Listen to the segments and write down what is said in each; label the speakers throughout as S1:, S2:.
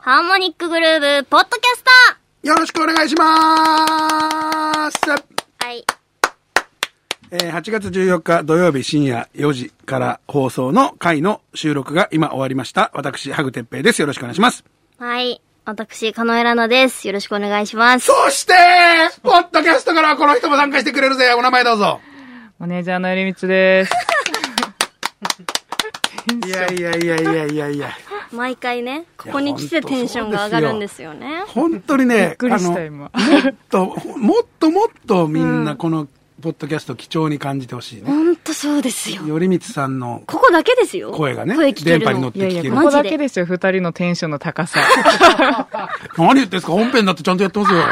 S1: ハーモニックグルーヴポッドキャス
S2: よろしくお願いします
S1: トはい。
S2: えー8月14日土曜日深夜4時から放送の回の収録が今終わりました。私、ハグ哲平です。よろしくお願いします。
S1: はい。私、カノエラナです。よろしくお願いします。
S2: そして、ポッドキャストからはこの人も参加してくれるぜ。お名前どうぞ。
S3: マネージャーのえりみつです。
S2: いやいやいやいやいやいや。
S1: 毎回ね、ここに来てテンションが上がるんですよね。
S2: 本当に
S3: び
S2: ね
S3: っ、くりした、今。
S2: ともっともっとみんなこのポッドキャスト貴重に感じてほしいね。
S1: ほんとそうですよ。
S2: 頼光さんの
S1: ここだけですよ。
S2: 声がね
S1: 声聞けるの。
S2: 電波に乗って聞ける
S1: いやいや
S3: ここ
S1: マ
S3: だ
S1: ジ
S3: け
S1: で。
S3: ですよ、二人のテンションの高さ。
S2: 何言ってんすか本編だってちゃんとやってます よ。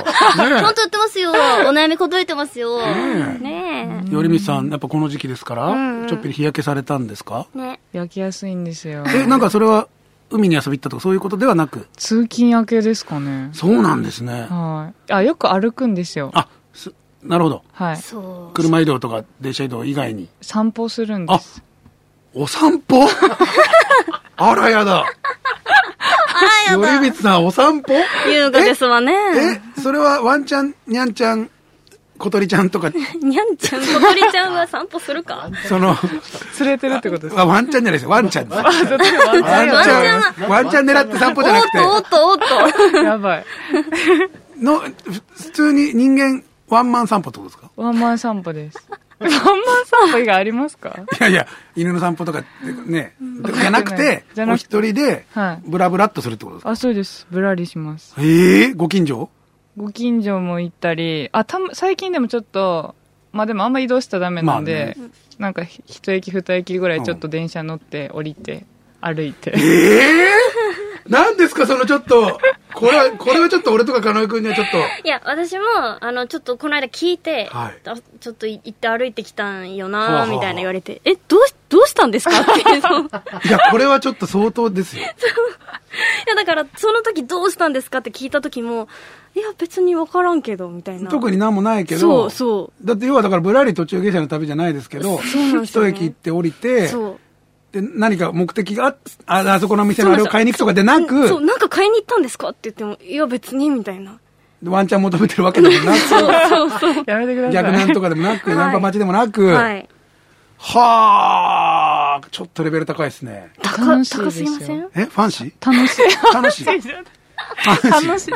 S2: ね
S1: ほんと言ってますよ。お悩み答えてますよ。
S2: え
S1: ね
S2: え。よりみさん、やっぱこの時期ですから、
S1: うんうん
S2: ちょっぴり日焼けされたんですか
S1: え。ね。
S3: 焼きやすいんですよ。
S2: え、なんかそれは海に遊び行ったとかそういうことではなく、
S3: 通勤明けですかね。
S2: そうなんですね。
S3: はい。あ、よく歩くんですよ。
S2: あ、すなるほど。
S3: はい。
S1: そう。
S2: 車移動とか電車移動以外に。
S3: 散歩するんです。
S2: お散歩 あらやだ。
S1: あらや
S2: よ
S1: だ。
S2: りみさん、お散歩
S1: 優雅ですわね。
S2: え、それはワンちゃん、にゃんちゃん、小鳥ちゃんとか、
S1: にゃんちゃん、小鳥ちゃんは散歩するか
S2: その、
S3: 連れてるってことです。
S2: あワンちゃんじゃないですよ。ワンちゃんです。ワン
S3: あ、そっちがワンちゃん
S1: ワン
S2: ち
S1: ち
S3: や
S1: ゃん
S2: ゃん、ワンちゃん狙って散歩じゃなくて。
S1: おっとおっとおっと。
S3: ばい。やばい。
S2: の、ふ普通に人間、ワンマン散歩ってことですか
S3: ワンマン散歩です。ワンマン散歩以外ありますか
S2: いやいや、犬の散歩とかってね、じゃなくて、
S3: じゃ
S2: お
S3: なくて
S2: 一人で
S3: は、い
S2: ブラブラっとするってことですか、
S3: あ、そうです。ぶらりします。
S2: ええご近所
S3: ご近所も行ったり、あ、た最近でもちょっと、まあでもあんま移動したらダメなんで、なんかひ一駅二駅ぐらいちょっと電車乗って降りて、歩いて。
S2: ええ なんですかそのちょっと、これは、これはちょっと俺とかカ井くんにはちょっと、
S1: いや、私も、あの、ちょっとこの間聞いて、
S2: はい
S1: あちょっと行って歩いてきたんよ
S2: はあはあ
S1: な、みたいな言われて、え、どうし、どうしたんですか って。そう
S2: いや、これはちょっと相当ですよ。
S1: いや、だから、その時どうしたんですかって聞いた時も、いや、別に分からんけど、みたいな。
S2: 特になんもないけど、
S1: そう、そ
S2: だって要はだからぶらり途中下車の旅じゃないですけど、
S1: そうなんです
S2: 一
S1: よね
S2: 駅行って降り
S1: う。
S2: て、
S1: そう。
S2: で、何か目的があっ、あ、あそこのお店のあれを買いに行くとかでな
S1: うんそう、
S2: く、
S1: なんか買いに行ったんですかって言っても、いや、別に、みたいな。
S2: ワンチャン求めてるわけでも なく、
S1: そうそうそう。
S3: やめてくだ さい。
S2: 逆なんとかでもなく、
S1: はい
S2: ナンパ待ちでもなく、
S1: はい。
S2: はあ、ちょっとレベル高いですね。
S1: 高、
S3: 楽しい
S1: 高
S3: ですす
S1: い
S3: よ
S1: ません
S2: え、ファンシー
S3: 楽し い。
S2: 楽しい。
S3: 楽しい。楽しい。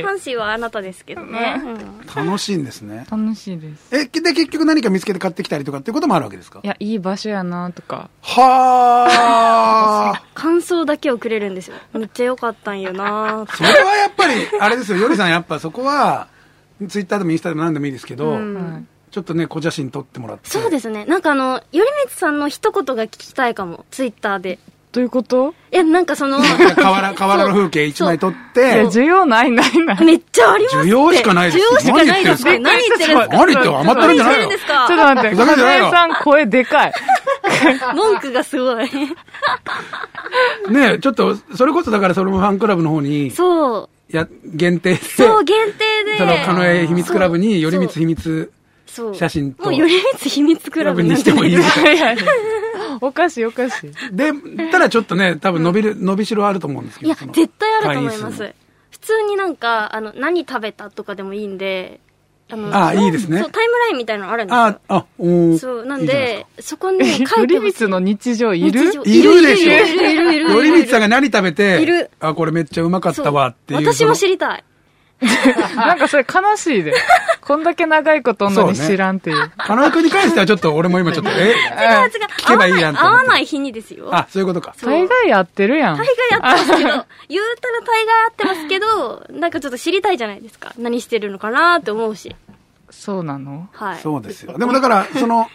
S1: 阪神はあなたですけどね。うん
S2: 楽しいんですね。
S3: 楽しいです。
S2: え、で、結局何か見つけて買ってきたりとかっていうこともあるわけですか
S3: いや、いい場所やなとか。
S2: はあ。
S1: 感想だけをくれるんですよ。めっちゃ良かったんよな
S2: それはやっぱり、あれですよ、よりさんやっぱそこは、ツイッターでもインスタでも何でもいいですけど、
S1: うん
S3: はい
S2: ちょっとね、小写真撮ってもらって。
S1: そうですね。なんかあの、頼光さんの一言が聞きたいかも。ツイッターで。
S3: どういうこと
S1: いや、なんかその、
S2: 河原、河原の風景一枚撮っ
S3: いや、
S2: て、
S3: 需要ないないない。
S1: めっちゃありますって。
S2: 需要しかないです
S1: 需要しかないですって。何
S3: 何
S1: 言
S3: 言
S1: っ
S3: ってて
S1: るん
S3: るん
S1: で
S3: ですす
S1: か
S2: 何
S3: か
S2: 言って甘ったるんじゃないよ。
S3: ちょっと待って、
S2: ふざけんじゃない
S3: 金
S2: よ
S3: 井さん声でかい。
S1: 文句がすごい。
S2: ねちょっと、それこそだからそれもファンクラブの方に、
S1: そう。
S2: や、限定して、
S1: そう、限定で。
S2: その、カノエ秘密クラブに、
S1: そ
S2: よ
S1: う
S2: りみつ秘密
S1: そう
S2: 写真と
S1: もう、頼光秘密ク
S2: ク
S1: ラ
S2: ラ
S1: ブ
S2: ブ
S1: に
S2: にしてもいい。
S3: いやいやおかしいおかしい。
S2: で、ただちょっとね、多分伸びる、伸びしろあると思うんですけ
S1: い
S2: ど。
S1: や、
S2: その
S1: 絶対あると思いま
S2: 会員数
S1: す。普通になんか、あの、何食べたとかでもいいんで、あの
S2: あいいですね
S1: そう、タイムラインみたいなのあるんですよ
S2: あ。、あ、おー
S1: そう、なん
S2: いいじゃい
S1: で、そこ に書
S3: よ
S1: いて
S3: り
S1: ほ
S3: み
S1: しい
S3: つの日常い
S1: 日
S3: る
S1: 常
S2: いるでしょ
S1: いるいるいるいるいる。
S2: よりみつさんが何食べ
S1: いる
S2: て、あ、これめっちゃうまかったわっていう。
S1: そう私も
S2: そ
S1: 知りたい。
S3: なんかそれ悲しい で。こんだけ長いことおんのに知らんっていう。
S2: のカノエ君に関してはちょっと俺も 今ちょっと、
S1: 違
S2: え
S1: う違う。
S2: 聞けばいいやんと
S1: 合
S2: 思っ
S1: わない合わ
S2: て
S1: ない日にですよ。
S2: あ、そういうことか。
S1: そう
S3: 大概やってるやん
S1: 大。概合ってますけど、言うたら大概合ってますけど、なんかちょっと知りたいじゃないですか。何してるのかなって思うし。
S3: そうなの
S1: はい。
S2: そうですよ。でもだから、その、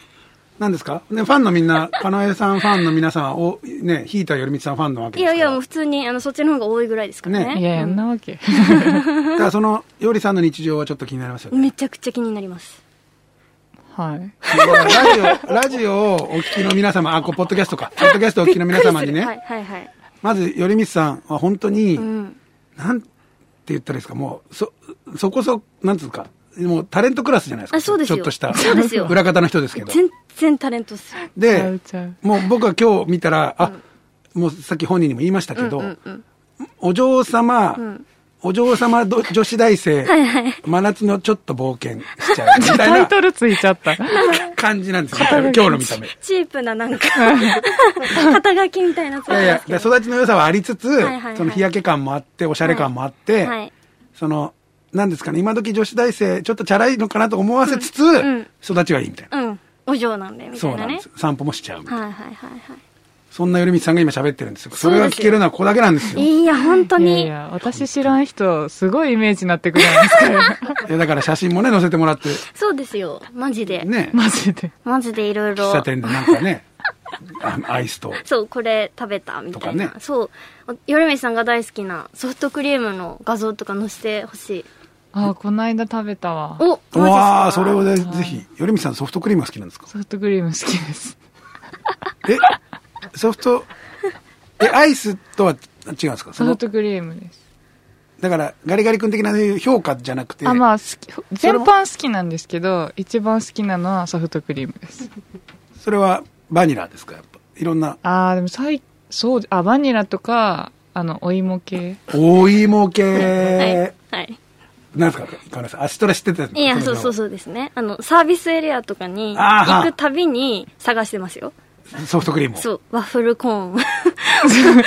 S2: 何ですかね、ファンのみんな、カノエさんファンの皆さんを、ね、ひいたよりみつさんファンのわけ
S1: い
S2: ですか
S1: やいや、
S2: ら。
S1: もう普通に、あの、そっちの方が多いぐらいですからね。
S3: いや、やんなわけ。
S2: だから その、よりさんの日常はちょっと気になりますよね。
S1: めちゃくちゃ気になります。
S3: はい。
S2: ラジオ、ラジオをお聞きの皆様、あ、こうポッドキャストか。ポッドキャストをお聞きの皆様に
S1: びっ
S2: ね、
S1: くりするはいはいはい。
S2: まず、よりみつさんは本当に、
S1: うん。
S2: なんて言ったらいいですか、もう、そ、そこそ、なんつうか、もうタレントクラスじゃないですか。
S1: あそうですよ
S2: ちょっとした、
S1: そうですよ
S2: 裏方の人ですけど。
S1: 全然タレントっすよ。
S3: ちゃ
S2: で
S3: うちゃう、
S2: もう僕は今日見たら、あ、もうさっき本人にも言いましたけど、
S1: うんうんうん
S2: お嬢様、
S1: ん
S2: お嬢様ど女子大生、真夏のちょっと冒険しちゃうみた
S3: タ
S2: い
S3: イトルついちゃった。
S2: な感じなんですよ、多分今日の見た目。い
S1: チープななんか、肩書きみたいなつ
S2: やいや、育ちの良さはありつつ、
S1: いはいはい
S2: その日焼け感もあって、おしゃれ感もあって、
S1: はい。
S2: その、なんですかね、今時女子大生、ちょっとチャラいのかなと思わせつつ、
S1: ん
S2: 育ちがいいみたいな。
S1: うん。お嬢なんで、みた
S2: そう
S1: い
S2: な
S1: なん
S2: で
S1: ね
S2: す。。散歩もしちゃうみたいな。
S1: はいはいはいは
S2: そんなよりみつさんが今喋ってるんですよ。それ
S1: そ
S2: が
S1: うですよ
S2: 聞けるのはここだけなんですよ。い
S1: い。いや、本当
S3: いやい
S1: に。
S3: や、私知らん人、すごいイメージになってくるんですから、
S2: やだから写真もね、載せてもらって、
S1: そうですよ。マジで。
S2: ね、
S3: マジで。
S1: マジでいろいろ
S2: 喫。茶店でなんかね、あ アイスと。
S1: そう、これ食べたみたいな。
S2: とかね
S1: そう。よるめさんが大好きなソフトクリームの画像とか載せてほしい。
S3: ああ、この間食べたわ。
S1: おマジですか
S2: わあ、それをねぜひ。よりみさんソフトクリームが好きなんですか
S3: ソフトクリーム好きです。
S2: え、ソフト、え、アイスとは違うんですかそ
S3: ソフ
S2: の、
S3: トクリームです。
S2: だから、ガリガリ君的な評価じゃなくて、
S3: あ、まあ、好き、全般好きなんですけど、一番好きなのはソフトクリームです。
S2: それはバニラですかやっぱ。いろんな、
S3: ああ、でも最、そう、あ、バニラとか、あの、お芋系。
S2: お芋
S1: はい
S2: 系、。
S1: はい。
S2: なんですかごめんなさい。アシトラ知ってたんですか
S1: いや、そうそう
S2: う。
S1: そうですね。あの、サービスエリアとかに
S2: あーは
S1: 行くたびに探してますよ。
S2: ソフトクリームを。
S1: そう、ワッフルコーン。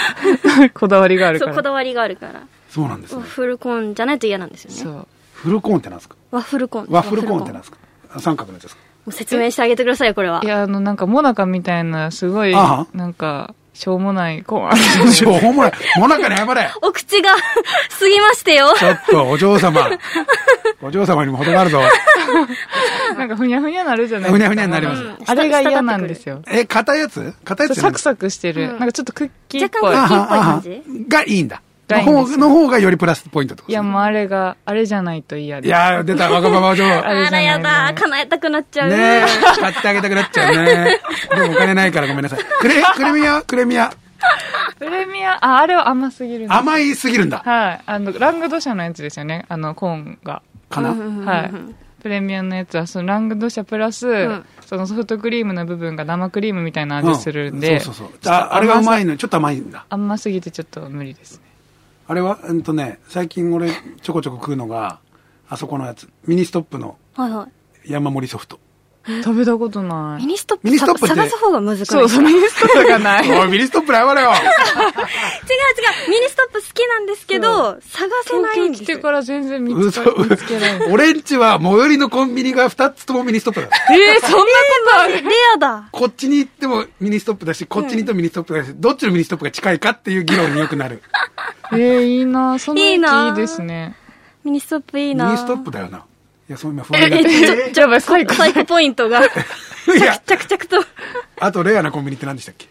S3: こだわりがあるか
S1: そう、こ
S3: ら。
S1: だわりがあるから。
S2: そうなんです
S1: ワッ
S2: ね。
S1: フルコーンじゃないと嫌なんですよ
S3: そ
S1: ね。
S3: う。。
S2: フルコーンってなんですか
S1: ワッフルコーン。
S2: ワッフルコーンってなん
S1: ワッフルコ
S2: ですかあ三角のやつですか
S1: ーンもう説明してあげてくださいよ、これはい
S3: や、あの、なんか、モナカみたいな、すごい、
S2: あは
S3: なんか、しょうもないコーンあるじゃ ん
S2: しょうもない。もなかに謝れ。
S1: お口が過ぎましてよ。
S2: ちょっと、お嬢様。お嬢様にも程があるぞ。
S3: なんか、ふにゃふにゃなるじゃない
S2: ふにゃふにゃになります
S1: うん
S3: あれが嫌なんですよ。
S2: え、硬いやつ硬いや
S3: そう
S2: つ
S3: サク
S2: ク。
S3: サクしてる。
S1: うん
S3: なんかちょっとクッキーっぽ
S1: 若
S3: い。
S1: 干
S3: い
S1: クッキーっぽい感じ
S2: あはあはあがいいんだ。
S3: が
S2: の
S3: いいんで
S2: 方が
S3: すよ
S2: の方がよりプラスポイントってことです
S3: や、
S2: ね
S3: もうあれが、あれじゃないと嫌で
S2: い
S3: す。
S2: やー、出た、わがまま嬢。
S1: あ
S2: ね
S3: あれじゃ
S1: ら
S3: ない
S1: やだ、叶えたくなっちゃう。
S2: え、買ってあげたくなっちゃうね。でもお金ないからごめんなさい。クレ、クレミアクレミア。
S3: プレミア、あ、あれは甘すぎるんです
S2: 甘いすぎるんだ。
S3: はい。あの、ラングドシャのやつですよね。あの、コーンが。
S2: かな。
S3: はい。プレミアのやつは、そのラングドシャプラス、
S1: ん
S3: そのソフトクリームの部分が生クリームみたいな
S2: う
S3: 味するんで、
S2: そうそうそう。ああれがうまいの、ちょっと甘いんだ。
S3: 甘すぎてちょっと無理ですね。
S2: あれは、うんとね、最近俺ちょこちょこ食うのが、あそこのやつ。ミニストップの
S1: はいは。
S2: 山盛りソフト。
S3: 食べたことない
S1: ミ
S3: い。
S1: ニストップ
S2: ミニストップって
S1: 探す方が難しい。
S3: そう、そうミニストップがない。
S2: おい、ミニストップで謝れ
S1: 違う違
S2: よ
S1: う、ミニストップ好きなんですけど、探せな
S3: 東
S1: い
S3: 京
S1: んで
S3: 来
S1: す
S3: て
S1: よ。
S3: から全然見つ
S2: 嘘
S3: か見つけない。え
S2: 俺んちは最寄りのコンビニが2つともミニストップだ。
S3: ー、そんなことある
S1: レアだ。
S2: こっちに行ってもミニストップだし、こっちに行ってもミニストップだし、どっちのミニストップが近いかっていう議論によくなる。
S3: えー、いいなその
S1: い
S3: い
S1: い
S3: い
S1: ない
S3: いですね。
S1: ミニストップいい
S2: ミ
S1: な
S2: ニストップだよな。いや、そう今不安になって
S1: ええ
S2: る。
S1: ちょ、ちょ、サイコサイコポイントが、
S2: いや、
S1: 着々と。
S2: あとレアなコンビニって何でしたっけ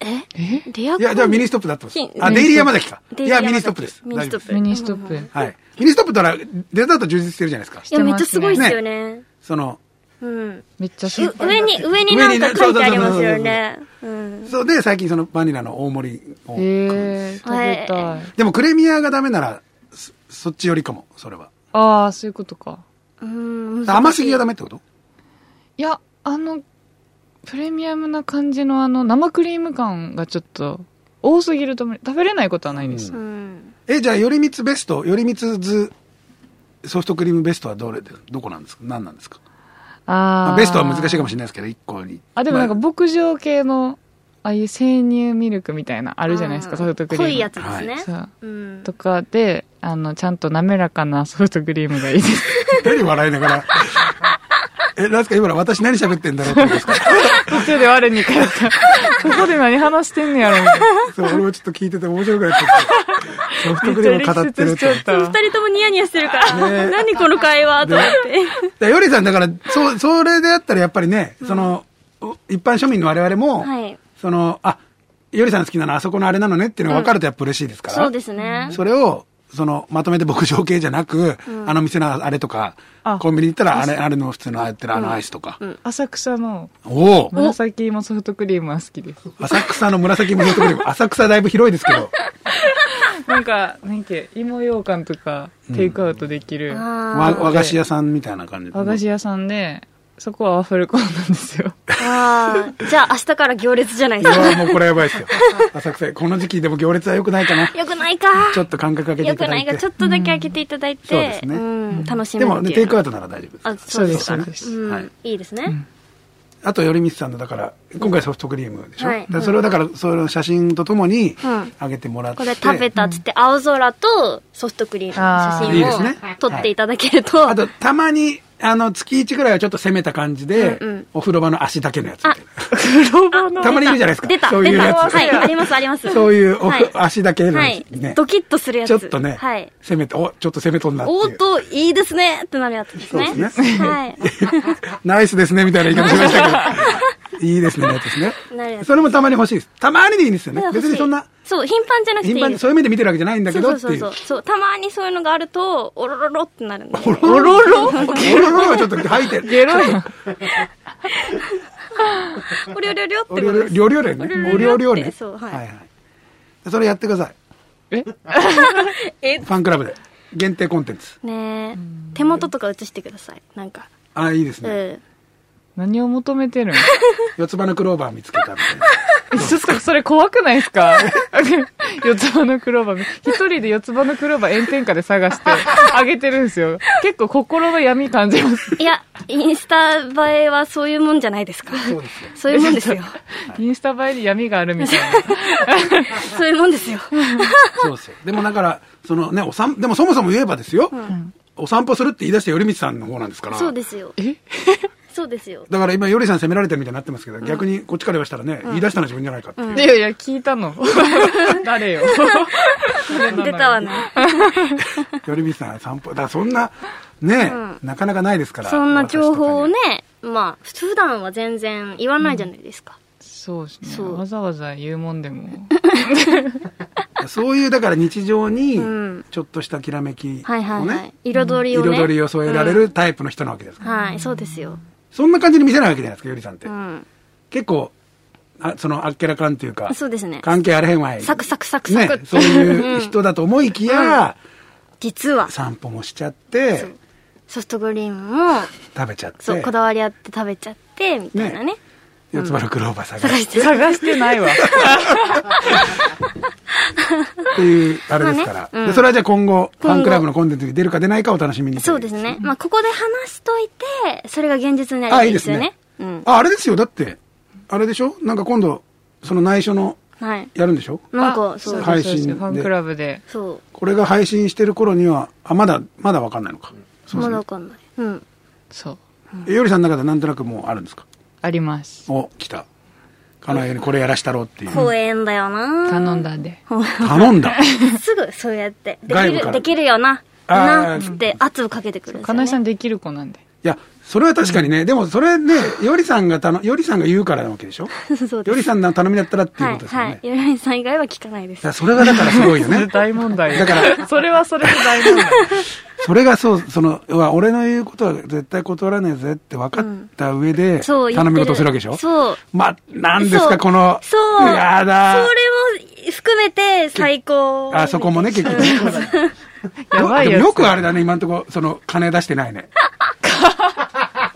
S3: え
S1: レア
S2: いや、じゃあミニ
S1: ス
S2: ストップだったんです
S1: ひん
S2: あ、デイリー山崎か。
S1: デ
S2: い
S1: イリー
S2: や、
S1: 山崎
S2: ミニストップです。
S1: ミニストップ
S2: 大丈夫
S3: ミニストップ。
S2: ですはい。ミニストップだら、デザート充実してるじゃないですか。
S1: いや、めっちゃすごいですよね。
S2: その、
S1: うん。
S3: めっちゃし
S1: う上に、上になんか書いてありますよね。うん。
S2: そうで、最近そのバニラの大盛りを食うんです
S3: えー、食べたい。
S2: でもクレミアがダメなら、そそっちよりかも、それは。
S3: ああ、そういうことか。
S1: うん。
S2: 甘すぎがダメってこと
S3: いや、あの、プレミアムな感じのあの、生クリーム感がちょっと、多すぎると無理食べれないことはないです。
S1: うん。
S2: え、じゃあ、よりみつベスト、よりみつずソフトクリームベストはどれで、どこなんですか何なんですかま
S3: あ
S2: あ
S3: あ。
S2: ベストは難しいかもしれないですけど、一個に。
S3: あ、でもなんか
S2: ま
S3: 牧場系の、ああいう生乳ミルクみたいな、あ
S1: あ
S3: るじゃないですか、ソフトクリーム。
S1: 濃いやつですね。
S3: そう
S1: うん。
S3: とかで、あの、ちゃんと滑らかなソフトクリームがいいです。
S2: あ 何笑いながら。え、なんすか今の私何喋ってんだろうってことですか
S3: 途中で我に返 った。ここで何話してんねやろ、みたいな。
S2: そう、俺もちょっと聞いてて面白くなっちゃって。ソフトクリーム語ってる
S3: め
S2: って
S3: っちゃ力説し。ちゃった。
S1: 二人ともニヤニヤしてるから、
S2: ね
S1: 何この会話と思って。
S2: だよりさん、だから、そう、それであったらやっぱりね、その、お一般庶民の我々も、
S1: はい。
S2: その、あ、よりさん好きなのあそこのあれなのねっていうのが分かるとやっぱ嬉しいですから。
S1: そうですね。
S2: それを、その、まとめて牧場系じゃなく、あの店のあれとか
S3: あ、
S2: コンビニ行ったらあれ、あれの普通のああやってるあのアイスとか。
S3: 浅草の
S2: おお
S3: 紫芋ソフトクリームは好きです。
S2: 浅草の紫ものところ、浅草だいぶ広いですけど、
S3: なんか、なんか、芋羊羹とか、テイクアウトできる、
S1: あ
S2: わ和菓子屋さんみたいな感じで。
S3: 和菓子屋さんで、そこはワッフルコーンなんですよ。
S1: ああ、じゃあ明日から行列じゃないで
S2: う
S1: すか。
S2: わもうこれやばいですよ。浅草、この時期でも行列は良くないかな。
S1: よくないか。
S2: ちょっと間隔空けて
S1: よ
S2: いた
S1: く
S2: だ
S1: ないい
S2: て。
S1: が、ちょっとだけ開けていただい
S2: そうで
S1: て、
S2: す
S1: う
S2: ね
S1: ん、楽しめ
S2: で
S1: る
S2: も、
S1: って
S2: ね、
S1: いう
S2: テイクアウトなら大丈夫です。
S1: あ、そうです
S3: そう
S1: か。
S3: ですそうです
S2: は
S1: う
S2: い
S1: ん、いいですね。
S2: あと、寄り道さんの、だから、今回ソフトクリームでしょ、
S1: はい
S2: でそれをだから、その写真とともに
S1: うん、
S2: あげてもらって。
S1: これ食べたっつって、青空とソフトクリーム
S3: あー
S1: の写
S2: いい
S1: 真
S2: ですね
S1: を撮っていただけると、
S2: あと、たまに、あの、月1ぐらいはちょっと攻めた感じで、
S1: うんうん
S2: お風呂場の足だけのやつみたいな。
S3: 黒場
S1: あ
S3: の。
S2: たまにいるじゃないですか
S1: 出た、
S2: そういう
S1: 出た。
S2: やつ
S1: はい、あります、あります。
S2: そういうお、
S1: はい
S2: 足だけの、ね
S1: はい。ドキッとするやつ。
S2: ちょっとね、
S1: はい。
S2: 攻めて、お、ちょっと攻めとんなっていう。
S1: おーっと、いいですねってなるやつですね。
S2: そうですね
S1: はい。
S2: ナイスですね、みたいな言い方しました けど。いいですね、のやつです
S1: なるや
S2: ね。
S1: つ
S2: それもたまに欲しいです。たまにでいいんですよ
S1: だか
S2: ね。
S1: ら欲しい
S2: 別にそんな、
S1: そう、頻繁じゃなくていい
S2: 頻
S1: です。
S2: 繁にそういう目で見てるわけじゃないんだけどって
S1: そう
S2: い
S1: そうう。そうそうたまにそういうのがあるとおろろろってなるんで
S2: おろろろはちょっと吐い てる。
S3: ゲロやん。
S1: おりょりょりょって
S2: お
S1: ことです
S2: 料料理ね。お料料理ね。
S1: そうはい
S2: はいはい。それやってください。
S3: え
S1: え
S2: ファンクラブで。限定コンテンツ。
S1: ねえ手元とか映してくださいなんか
S2: ああ、いいです
S1: う
S2: ね。
S1: ん
S3: 何を求めてるん
S2: 四つ葉のクローバー見つけたみたいな。
S3: えちょっとそれ怖くないですか 四つ葉のクローバー。一人で四つ葉のクローバー炎天下で探してあげてるんですよ。結構心の闇感じます。
S1: いやインスタ映えはそういうもんじゃないですか
S2: そうですよ。
S1: そういうもんです よ
S3: インスタ映えに闇があるみたいな。
S1: そういうもんですよ
S2: そうですよ。でもだから、そのね、お散でもそもそも言えばですよ。お散歩するって言い出した頼光さんの方なんですから。
S1: そうですよ
S3: え
S1: そうですよ
S2: だから今、よりさん責められてるみたいになってますけど、逆にこっちから言わしたらね、言い出したのは自分じゃないかっていう。
S3: いやいや、聞いたの。誰よ。
S1: 出たわね
S2: よりみさん散歩、だからそんな、ね、なかなかないですから。
S1: そんな情報を
S2: 私
S1: ねまあ普段は全然言わないじゃないですか
S3: そうですね。
S1: そう
S3: わざわざ言うもんでも。
S2: とかね。そういう、だから日常に
S1: ん、
S2: ちょっとしたきらめき
S1: はいはい
S2: を
S1: は
S2: ね
S1: い、彩りをね
S2: 彩りを添えられるタイプの人なわけですから。
S1: はいそうですよ
S2: そんな感じに見せないわけじゃないですか、よりさんって
S1: う。ん
S2: 結構、あその、あっけらかんというか、
S1: そうですね
S2: 関係あれへんわい。
S1: サクサクサクサ
S2: ね
S1: ク、
S2: そういう人だと思いきや、
S1: 実は
S2: 散歩もしちゃって、
S1: ソフトクリームも
S2: 食べちゃっ
S1: そう
S2: て
S1: こ、だわりあって食べちゃってみたいなね
S2: ね四つ葉のクローバー探
S1: 探
S2: し
S1: して
S3: 探してな いわ。
S2: っていう、あれですから。
S1: まあねうん
S2: でそれはじゃあ今後、フ
S1: 今後
S2: ァンクラブのコンテンツに出るか出ないかお楽しみに。
S1: そうです。ね、まあ、ここで話しといてそれが現実になる
S2: あ
S1: ば
S2: い
S1: い
S2: い
S1: いで
S2: で
S1: すす
S2: ね
S1: よねうん
S2: あ、あれですよ。だって、あれでしょなんか今度、その内緒の、
S1: はい
S2: やるんでしょ
S1: なんか
S3: そ
S1: そうう
S3: ですそうです
S2: 配信で
S3: ファンクラブで。
S1: そ
S2: これが配信してる頃には、あ、まだ、まだわかんないのか。
S1: うまだわかんないうん
S3: そう。
S2: えよりさんの中でなんとなくもうあるんですか
S3: あります。
S2: お、来た。かなよにこれやらしたろうっていう。
S1: 公園だよな
S3: 頼んだんで。
S2: 頼んだ。
S1: すぐそうやってで
S2: 外
S1: き
S2: 部か
S1: る
S2: ら
S1: できるよな
S2: あー
S1: なっつって圧をかけてくるんです
S3: か
S1: よ、
S3: なえさ
S1: ね、
S3: んできる子なんで。
S2: いや、それは確かにね、でもそれね、よりさんがたの、よりさんが言うからなわけでしょ
S1: そうで
S2: よ
S1: す
S2: りさんの頼みだったらっていう
S1: は
S2: こ
S1: い
S2: とですよね。
S1: はい柳井さん以外は聞かないで
S2: だ
S1: す
S2: からそれがだからすごいよ
S3: それ
S2: ね。
S3: 大問題
S2: だから
S3: それはそれで大問題。
S2: それがそう、その、うわ俺の言うことは絶対断らねえぜって分かった上で、
S1: そう言って
S2: 頼み事をするわけでしょ
S1: そう
S2: ま、なんです
S1: そ
S2: か、
S1: う
S2: この、
S1: そう
S2: やだ
S1: それも含めて最高
S2: あそこもね、結局ね。
S3: やばい
S2: で
S3: や
S2: も
S3: つ。
S2: よくあれだね、今んとこ、その、金出し てないね。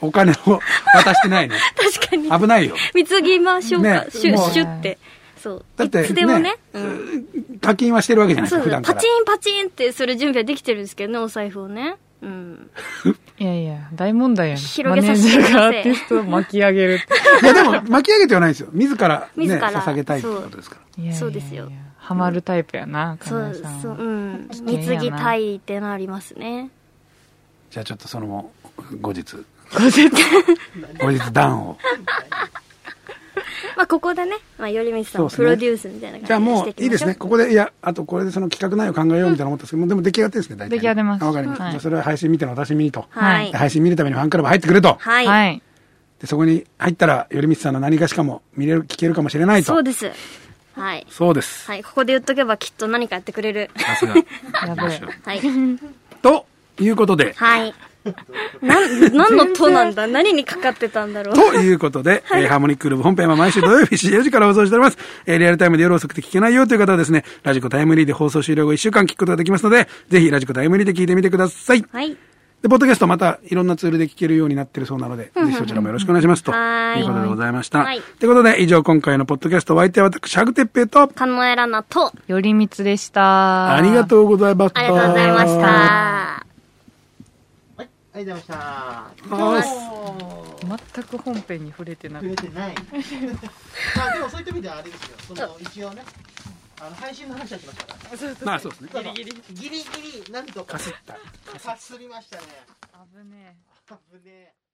S2: お金を渡してないね。
S1: 確かに
S2: 危ないよ。
S1: 貢ぎましょうか、
S2: ね
S1: シュ
S2: もう
S1: ッシュッてそう
S2: だって、
S1: いつでもねうん
S2: 課金はしてるわけじゃないで
S1: そ
S2: すか、
S1: うだ
S2: 普段か
S1: パ
S2: ら
S1: チ。ンパチンってする準備はできてるんですけどねお財布をねうん
S3: いやいや、大問題やん。
S1: 広げさせて
S3: マネージャーがア
S1: ください
S3: ーティストを巻き上 げるって
S2: いや、でも、巻き上げてはないですよ。自ら、ね、
S1: 自ら
S2: 捧げたいってことですから。
S3: いやいやいや
S1: そうですよ。
S3: ハマるタイプやな、か
S1: そ
S3: なえ
S1: う
S3: さんは。
S1: そううん
S3: 険やな
S1: 貢ぎたいってなりますね
S2: じゃあ、ちょっとその、後日、
S3: ご自
S2: 後日、段を。
S1: まあここでね、まあ、頼光さん
S2: そ
S1: を
S2: うですね
S1: プロデュースみたいな
S2: じゃあ
S1: 感じに
S2: も
S1: して
S2: う
S1: いきましょう
S2: いいですね。ここで、いや、あとこれでその企画内容考えようみたいな思ったんですけど、もうでも出来上がってるんですね、大体ね。
S3: 出来上がってます
S2: あわかりまし
S3: は
S2: た。
S3: い
S2: じゃあそれは配信見てのお楽しみにと。
S1: はい
S2: 配信見るためにファンクラブ入ってくると。
S1: はい、
S3: はい。
S2: で、そこに入ったら、頼光さんの何かしかも見れる、聞けるかもしれないと。
S1: そうですはい、
S2: そうです。
S1: はい、ここで言っとけばきっと何かやってくれる
S2: さすが。
S3: やば い。
S1: はい
S2: ということで、
S1: はいなん何の「と」なんだ何にかかってたんだろう
S2: ということで、えーハーモニッククルーブ本編は毎週土曜日4時から放送しております。えーリアルタイムで夜遅くて聞けないよという方はですね、ラジコタイムリーで放送終了後1週間聞くことができますので、ぜひラジコタイムリーで聞いてみてください。
S1: はい
S2: とで、ポッドキャストまたいろんなツールで聞けるようになってるそうなので、ぜひそちらもよろしくお願いしますと。
S1: はい
S2: いうことでございました。と
S1: はいいう
S2: ことで、以上今回のポッドキャストお相手は私、ハグテッペイと、
S1: カノエラナと、
S3: よりみつでした。
S2: ありがとうございました。
S1: ありがとうございました。
S4: はい、ありがとうございました。
S2: はーい。
S3: 全く本編に触れてな
S4: 触
S3: い
S4: れて ない。まあでもそういった意味ではあれですよ。その一応ね、あの配信の話はしましたから。
S2: まあそうですね。
S4: ギリギリ。ギリギリなんとか。かすった。かすりましたね。
S3: 危ねえ
S4: 危ねえ。